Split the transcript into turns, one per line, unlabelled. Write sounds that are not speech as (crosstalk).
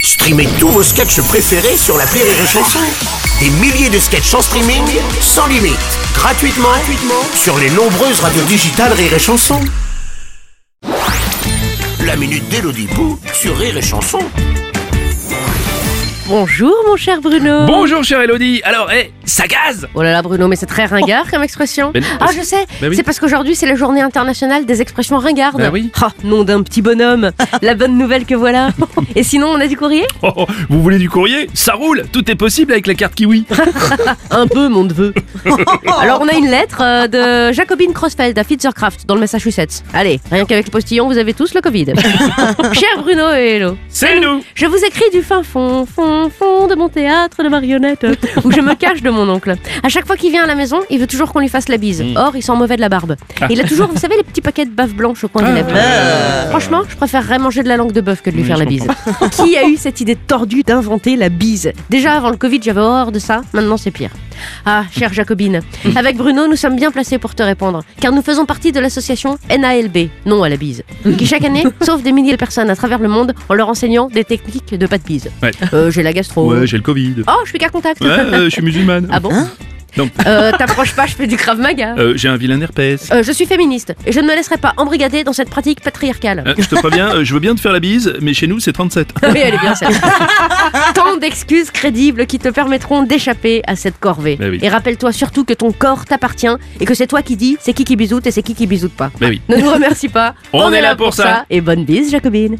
Streamez tous vos sketchs préférés sur la Rire et Chanson. Des milliers de sketchs en streaming, sans limite, gratuitement, gratuitement sur les nombreuses radios digitales Rire et Chanson. La minute d'Elodie Pou sur Rire et Chanson.
Bonjour mon cher Bruno.
Bonjour chère Elodie. Alors, hé, ça gaze (laughs)
Oh là là Bruno, mais c'est très ringard comme expression.
Mais non,
ah
parce-
je sais,
Bah oui.
c'est parce qu'aujourd'hui c'est la journée internationale des expressions ringardes.
Bah oui.
Ah, nom d'un petit
(laughs)
bonhomme. la bonne nouvelle que voilà. Et sinon on a du courrier
Oh, oh, Vous voulez du courrier Ça roule Tout est possible avec la carte
(laughs)
Kiwi
Un peu mon
(laughs)
neveu. Alors on a une lettre euh, de Jacobine Crossfeld à Fitzgercraft dans le Massachusetts. Allez, rien qu'avec le postillon vous avez tous le
(laughs)
Covid. cher Bruno et Hello.
C'est nous
Je vous écris du fin fond, fond, fond de mon théâtre de marionnettes, où je me cache de mon oncle. À chaque fois qu'il vient à la maison, il veut toujours qu'on lui fasse la bise. Or, il sent mauvais de la barbe. Et il a toujours, vous savez, les petits paquets de bave blanche au coin
Ah.
des lèvres. Franchement, je préférerais manger de la langue de bœuf que de lui
Oui,
faire
je
la bise. (laughs) Qui a eu cette idée tordue d'inventer la bise Déjà, avant le Covid, j'avais horreur de ça. Maintenant, c'est pire. Ah, chère Jacobine, (laughs) avec Bruno, nous sommes bien placés pour te répondre, car nous faisons partie de l'association NALB, non à la bise, qui chaque (laughs) année sauve des milliers de personnes à travers le monde en leur enseignant des techniques de pas de bise.
Ouais.
Euh, j'ai la gastro.
Ouais, j'ai le Covid.
Oh, je suis qu'à contact.
Ouais, euh, je suis musulmane.
(laughs) Ah bon
Non.
Euh, T'approches pas, je fais du Krav Maga.
Euh, j'ai un vilain herpès.
Euh, je suis féministe et je ne me laisserai pas embrigader dans cette pratique patriarcale.
Euh, je te préviens, euh, je veux bien te faire la bise, mais chez nous c'est 37.
Oui, elle est bien celle
(laughs)
Tant d'excuses crédibles qui te permettront d'échapper à cette corvée.
Bah oui.
Et rappelle-toi surtout que ton corps t'appartient et que c'est toi qui dis c'est qui qui bisoute et c'est qui qui bisoute pas.
Bah oui.
Ne nous remercie pas.
On est là pour ça.
Et bonne bise, Jacobine.